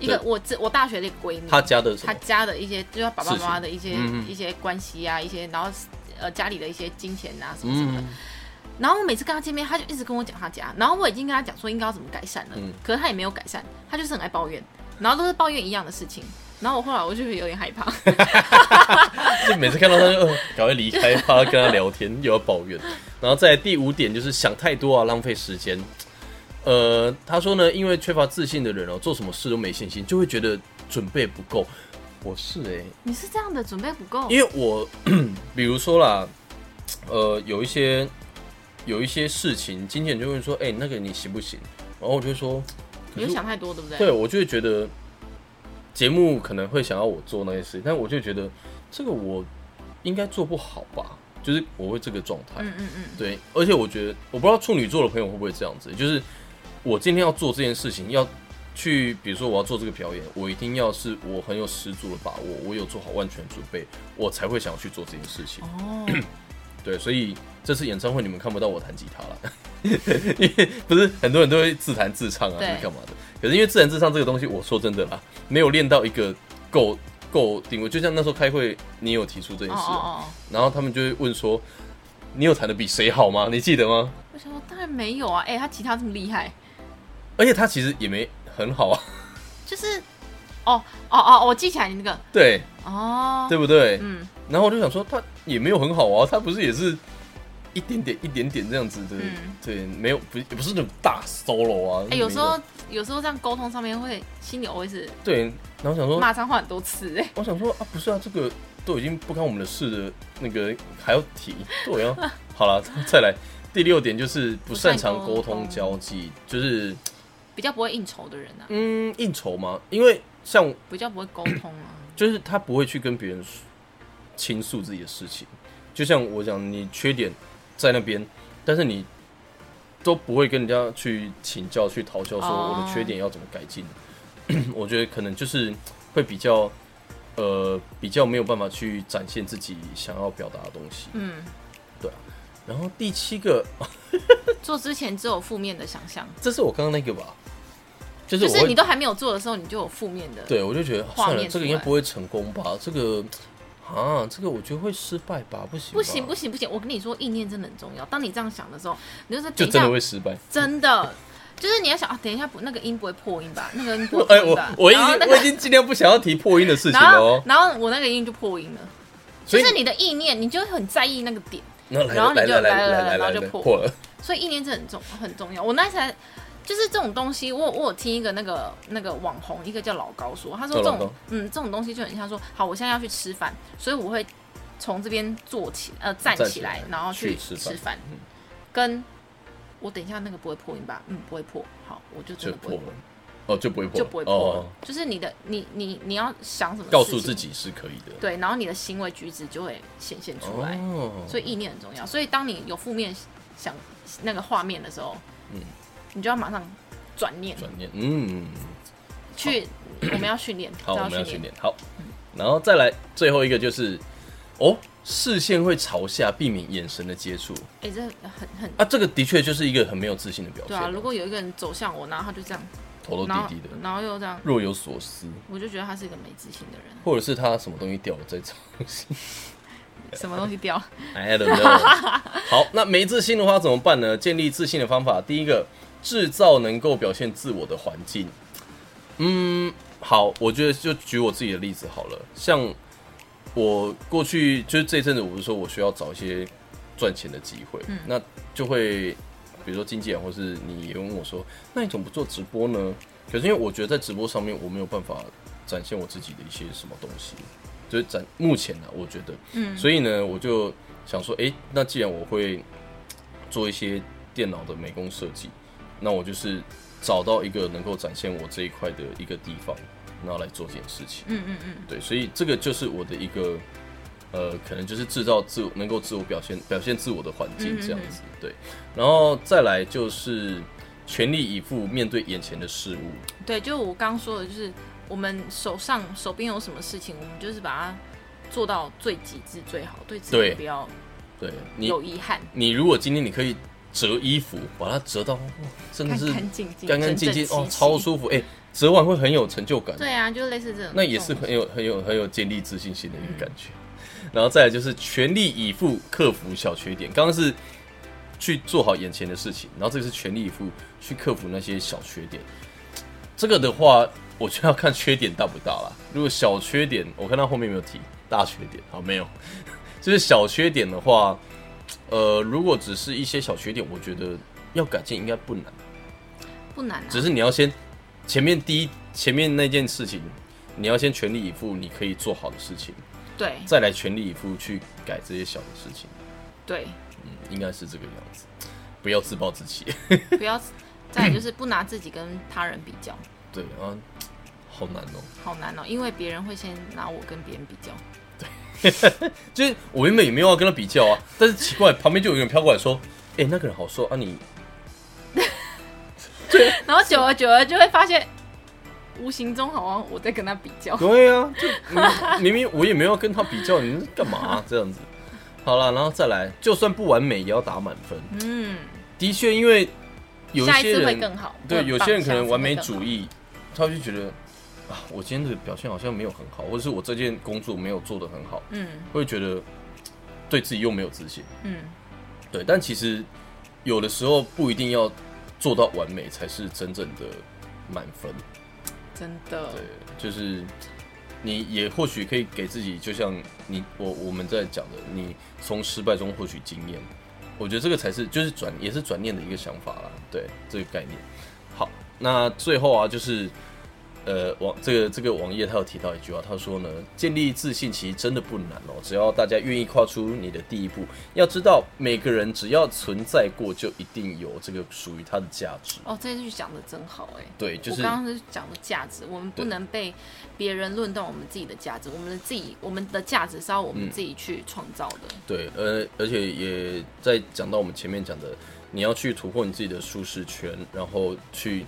B: 一个
A: 对
B: 我这我大学的一个闺蜜，
A: 他家的什
B: 他
A: 么？
B: 家的一些，就是他爸爸妈
A: 事情
B: 妈的一些
A: 嗯嗯
B: 一些关系啊，一些然后呃家里的一些金钱啊什么什么的。
A: 嗯，
B: 然后我每次跟他见面，他就一直跟我讲他家，然后我已经跟他讲说应该要怎么改善了，
A: 嗯
B: 可是他也没有改善，他就是很爱抱怨，然后都是抱怨一样的事情。然后我后来我就有点害
A: <laughs>
B: 怕，
A: 就每次看到他就呃赶快离开，怕他跟他聊天又要抱怨。然后再来第五点就是想太多啊，浪费时间。呃，他说呢，因为缺乏自信的人哦，做什么事都没信心，就会觉得准备不够。我是诶、
B: 你是这样的准备不够，
A: 因为我 <clears throat> 比如说啦，呃，有一些有一些事情，经纪人就会说，哎、那个你行不行？然后我就会说，
B: 你
A: 可是
B: 就想太多，对不对？
A: 对，我就会觉得节目可能会想要我做那些事，但我就觉得这个我应该做不好吧，就是我会这个状态。
B: 嗯嗯嗯，
A: 对，而且我觉得我不知道处女座的朋友会不会这样子，就是我今天要做这件事情，要去比如说我要做这个表演，我一定要是我很有十足的把握，我有做好万全准备，我才会想要去做这件事情。 <coughs>
B: 哦，
A: 对，所以这次演唱会你们看不到我弹吉他了， <laughs> 因为不是很多人都会自弹自唱啊，或
B: 对
A: 者干嘛的。可是因为自弹自唱这个东西，我说真的啦，没有练到一个够够定位。就像那时候开会，你有提出这件
B: 哦
A: 事啊、
B: 哦
A: 然后他们就会问说，你有弹的比谁好吗？你记得吗？
B: 哦，我想说当然没有啊，哎、他吉他这么厉害，
A: 而且他其实也没很好啊， <laughs>
B: 就是，哦哦哦，我记起来你那个，
A: 对
B: 哦，
A: 对不对？
B: 嗯，
A: 然后我就想说，他也没有很好啊，他不是也是一点点一点点这样子的，
B: 嗯
A: 对，没有不也不是那种大 solo 啊。
B: 哎、有
A: 没
B: 时候有时候这样沟通上面会心里 OS
A: 对，然后想说
B: 骂脏话很多次、哎，
A: 我想说啊，不是啊，这个都已经不干我们的事的，那个还要提，对 <laughs> 啊。好了，再来第六点就是不擅长沟通交际，就是
B: 比较不会应酬的人啊，
A: 嗯应酬嘛，因为像
B: 比较不会沟通啊，
A: 就是他不会去跟别人倾诉自己的事情，就像我讲，你缺点在那边，但是你都不会跟人家去请教、去讨教，说
B: 哦
A: 我的缺点要怎么改进。 <clears throat> 我觉得可能就是会比较呃比较没有办法去展现自己想要表达的东西。
B: 嗯，
A: 然后第七个，哦
B: 做之前只有负面的想象，
A: 这是我刚刚那个吧，就是
B: 就
A: 我
B: 是你
A: 会
B: 都还没有做的时候，你就有负面的。，
A: 对我就觉得啊
B: 画
A: 算了，
B: 面
A: 这个
B: 出
A: 应该
B: 来
A: 不会成功吧？这个啊，这个我觉得会失败吧？不行吧，
B: 不行不行不行，我跟你说，意念真的很重要。当你这样想的时候，你就说
A: 就
B: 等一
A: 真
B: 下
A: 的，会失败。
B: 真的。就是你要想啊，等一下不，那个音不会破音吧？那个音不会
A: <laughs>
B: 破
A: 哎、
B: 音
A: 我
B: 吧？
A: 我已
B: 然后
A: 经、
B: 那
A: 我
B: 个
A: 已经尽量不想要提破音的事情
B: 然
A: 了
B: 后
A: 哦，。
B: 然后我那个音就破音了，
A: 所以
B: 就是你的意念，你就会很在意那个点，
A: 那来
B: 然后
A: 来
B: 你就
A: 来
B: 来
A: 来
B: 了
A: 来
B: 然后
A: 来
B: 就
A: 来
B: 破
A: 破了，
B: 所以意念是很重很重要。我那才就是这种东西，我有我有听一个那个那个网红，一个叫老高说，他说
A: 叫
B: 这
A: 老
B: 种
A: 高
B: 嗯这种东西就很像说，好，我现在要去吃饭，所以我会从这边坐起呃站
A: 哦站
B: 起
A: 起
B: 来
A: 来，
B: 然后
A: 去吃
B: 吃
A: 饭
B: 饭
A: 嗯，
B: 跟我等一下那个不会破音吧？嗯，不会破，好，我就真
A: 就
B: 的不
A: 破
B: 会
A: 了。哦，就不会破了，
B: 就不会破
A: 哦
B: 了
A: 哦，
B: 就是你的你你你要想什么，
A: 告诉自，己是可以的。
B: 对，然后你的行为举止就会显现出来。
A: 哦，
B: 所以意念很重要。所以当你有负面想那个画面的时候，
A: 嗯
B: 你就要马上转念
A: 转念，嗯，
B: 去，我们要训练，
A: 好，
B: 这
A: 我们要
B: 训
A: 训。练，好，然后再来最后一个就是，哦，视线会朝下，避免眼神的接触
B: 哎、这很很
A: 啊，这个的确就是一个很没有自信的表
B: 对
A: 现
B: 啊！
A: 啊，
B: 如果有一个人走向我，然后他就这样，
A: 头都
B: 然后
A: 低低的，
B: 然后又这样，
A: 若有所思，
B: 我就觉得他是一个没自信的人。
A: 或者是他什么东西掉了再找。
B: 什么东西掉？
A: I don't know。好，那没自信的话怎么办呢？建立自信的方法，第一个，制造能够表现自我的环境。嗯，好，我觉得就举我自己的例子好了。像我过去就是这阵子，我不是说我需要找一些赚钱的机会，那就会比如说经纪人或是你也问我说，那你怎么不做直播呢？可是因为我觉得在直播上面我没有办法展现我自己的一些什么东西，就是展目前呢、我觉得，
B: 嗯
A: 所以呢，我就想说，诶，那既然我会做一些电脑的美工设计，那我就是找到一个能够展现我这一块的一个地方，然后来做这件事情。
B: 嗯嗯嗯，
A: 对，所以这个就是我的一个，呃，可能就是制造自我能够自我表现、表现自我的环境这样子。对，然后再来就是全力以赴面对眼前的事物。
B: 对，就我刚说的，就是我们手上手边有什么事情，我们就是把它做到最极致最好，对自己
A: 对
B: 不要
A: 对你，
B: 有遗憾，
A: 你如果今天你可以折衣服，把它折到，哇真的
B: 干
A: 是
B: 干净净，
A: 干干净净
B: 整整
A: 哦，
B: 齐齐
A: 超舒服。哎、折完会很有成就感，
B: 对啊，就类似这种，
A: 那也
B: 这
A: 是
B: 种
A: 很有很有很有建立自信心的一个感觉。然后再来就是全力以赴克服小缺点，刚刚是去做好眼前的事情，然后这个是全力以赴去克服那些小缺点。这个的话，我就要看缺点大不大啦。如果小缺点，我看到后面有没有提大缺点，好没有， <laughs> 就是小缺点的话，呃，如果只是一些小缺点，我觉得要改进应该不难。
B: 不难、啊，
A: 只是你要先前面第一前面那件事情，你要先全力以赴你可以做好的事情，
B: 对
A: 再来全力以赴去改这些小的事情，
B: 对，
A: 嗯，应该是这个样子。不要自暴自弃，
B: 不要再来就是不拿自己跟他人比较，
A: 对啊，好难哦、
B: 好难哦，因为别人会先拿我跟别人比较，
A: 就是我原本也没有要跟他比较啊，但是奇怪，旁边就有人飘过来说：“哎、那个人好瘦啊你，
B: 然后久而久而就会发现，无形中好像我在跟他比较，
A: 对啊，
B: <laughs>
A: 就明明明我也没有要跟他比较，你是干嘛啊、这样子？”好了，然后再来，就算不完美也要打满分。
B: 嗯，
A: 的确，因为有一
B: 下一
A: 些
B: 次
A: 人
B: 会更好，
A: 对，
B: 会很
A: 有
B: 棒
A: 些人可能完美，
B: 下次会
A: 主
B: 更好
A: 义，他就觉得啊，我今天的表现好像没有很好，或者是我这件工作没有做得很好，
B: 嗯
A: 会觉得嘖对自己又没有自信。
B: 嗯，
A: 对，但其实有的时候不一定要做到完美才是真正的满分。
B: 真的
A: 对，就是你也或许可以给自己，就像你我我们在讲的，你从失败中获取经验。我觉得这个才是就是转也是转念的一个想法啦，对这个概念。好，那最后啊，就是呃网这个这个网页他有提到一句话，他说呢，建立自信其实真的不难哦，只要大家愿意跨出你的第一步。要知道，每个人只要存在过，就一定有这个属于他的价值。
B: 哦，这句讲的真好哎、
A: 对，就是
B: 我刚刚是讲的价值，我们不
A: 对
B: 能被别人论断我们自己的价值，我们的自己，我们的价值是要我们
A: 嗯
B: 自己去创造的。
A: 对，呃，而且也在讲到我们前面讲的，你要去突破你自己的舒适圈，然后去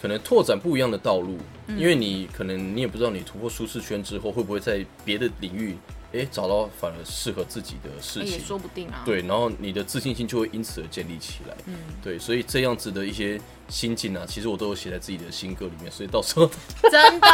A: 可能拓展不一样的道路，
B: 嗯
A: 因为你可能你也不知道你突破舒适圈之后会不会在别的领域，诶找到反而适合自己的事
B: 也
A: 情。
B: 说不定啊。，
A: 对，然后你的自信心就会因此而建立起来。嗯，对，所以这样子的一些心境啊，其实我都有写在自己的新歌里面，所以到时
B: <laughs>
A: 候
B: 真的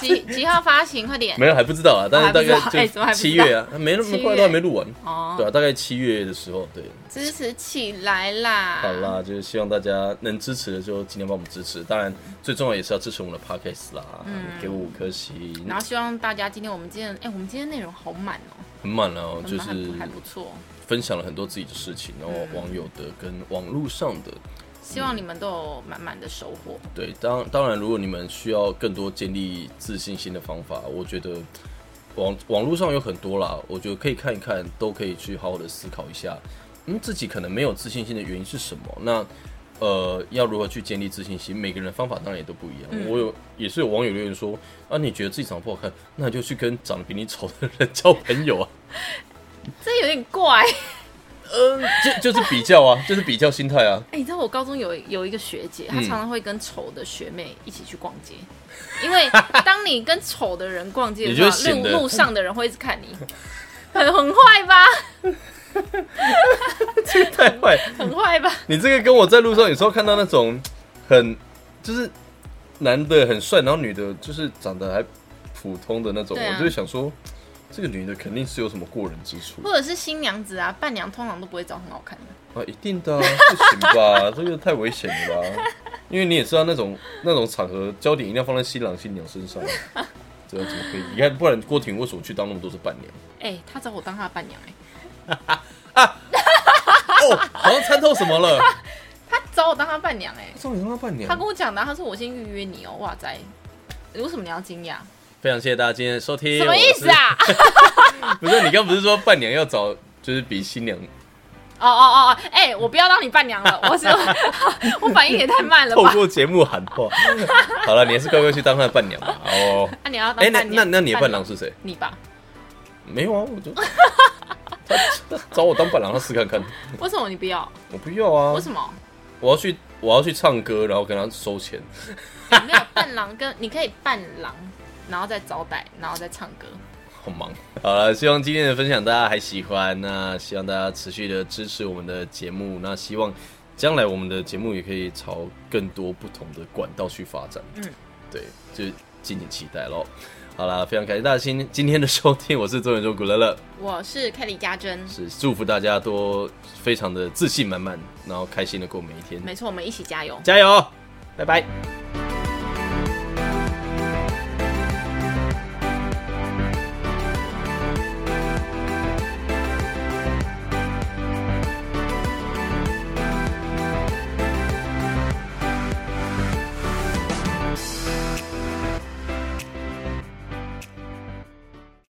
B: 几几号发行？快点
A: 没有还不知道啊，但是大
B: 还不知道哎
A: 概
B: 怎么还
A: 就
B: 不知道
A: 七月啊，没那么快，
B: 七月
A: 都还没录完。
B: 哦，
A: 对啊，大概七月的时候，对，
B: 支持起来啦！
A: 好啦，就是希望大家能支持的就尽量帮我们支持，当然最重要也是要支持我们的 podcast 啦，
B: 嗯
A: 给我五颗星，
B: 然后希望大家今天我们今天，哎、我们今天内容好满哦、
A: 很满哦，
B: 很
A: 就
B: 满还
A: 是
B: 不还不错。
A: 分享了很多自己的事情，然后网友的跟网络上的，嗯
B: 希望你们都有满满的收获。
A: 对，当当然如果你们需要更多建立自信心的方法，我觉得。网网络上有很多啦，我觉得可以看一看，都可以去好好的思考一下，嗯，自己可能没有自信心的原因是什么？那呃，要如何去建立自信心？每个人的方法当然也都不一样。我有也是有网友留言说，啊，你觉得自己长得不好看，那你就去跟长得比你丑的人交朋友啊。
B: 这有点怪。
A: 嗯、就就是比较啊，就是比较心态啊。
B: 哎、你知道我高中有有一个学姐，她
A: 嗯
B: 常常会跟丑的学妹一起去逛街，因为当你跟丑的人逛街的
A: 你
B: 时
A: 就
B: 候，
A: 显
B: 路
A: 得
B: 路上的人会一直看
A: <laughs>
B: 你，很很坏吧，
A: 太坏！
B: 很坏吧。
A: 你这个跟我在路上有时候看到那种很就是男的很帅，然后女的就是长得还普通的那种，
B: 对啊
A: 我就会想说，这个女的肯定是有什么过人之
B: <laughs>
A: 处。
B: 或者是新娘子啊，伴娘通常都不会找很好看的。
A: 啊，一定的、啊，不行吧？ <laughs> 这个太危险了吧？因为你也知道那种那种场合，焦点一定要放在新郎新娘身上啊，
B: <laughs>
A: 这样怎么可以？你看，不然郭婷为什么去当那么多次伴
B: <laughs>
A: 娘？
B: 哎、她找我当她的伴娘、哎，
A: 哦，好像参透什么了？
B: 她找我当她伴娘、哎，
A: 赵你当他伴娘
B: 她跟我讲的啊，她说我先预约你哦、哇塞，为什么你要惊讶？
A: 非常谢谢大家今天的收听。
B: 什么意思啊？
A: 我是？不是你刚不是说伴娘要找就是比新娘
B: 哦哦哦哦，哎、我不要当你伴娘了，我是 <laughs> 我反应也太慢了
A: 透
B: 吧？
A: 过节目喊
B: <laughs>
A: 话？好了，你还是乖乖去当他的伴娘吧。哦，
B: 那、你要当
A: 哎、那
B: 伴娘
A: 那那你的伴
B: 娘
A: 郎是谁？
B: 你吧？
A: 没有啊，
B: <laughs>
A: 我就他他找我当伴郎，他试看看。
B: 为什么你不要？
A: 我不要啊。
B: 为什么？
A: 我要去我要去唱歌，然后跟他收钱。
B: 你没有伴郎跟你可以伴郎，然后再招待，然后再唱歌。
A: 好忙。好了，希望今天的分享大家还喜欢。那希望大家持续的支持我们的节目。那希望将来我们的节目也可以朝更多不同的管道去发展。
B: 嗯，
A: 对，就敬请期待喽。好啦，非常感谢大家今今天的收听，我是周远洲古乐乐，
B: 我是凯里家珍，
A: 是祝福大家都非常的自信满满，然后开心的过每一天，哦
B: 没错，我们一起加油。
A: 加油，拜拜。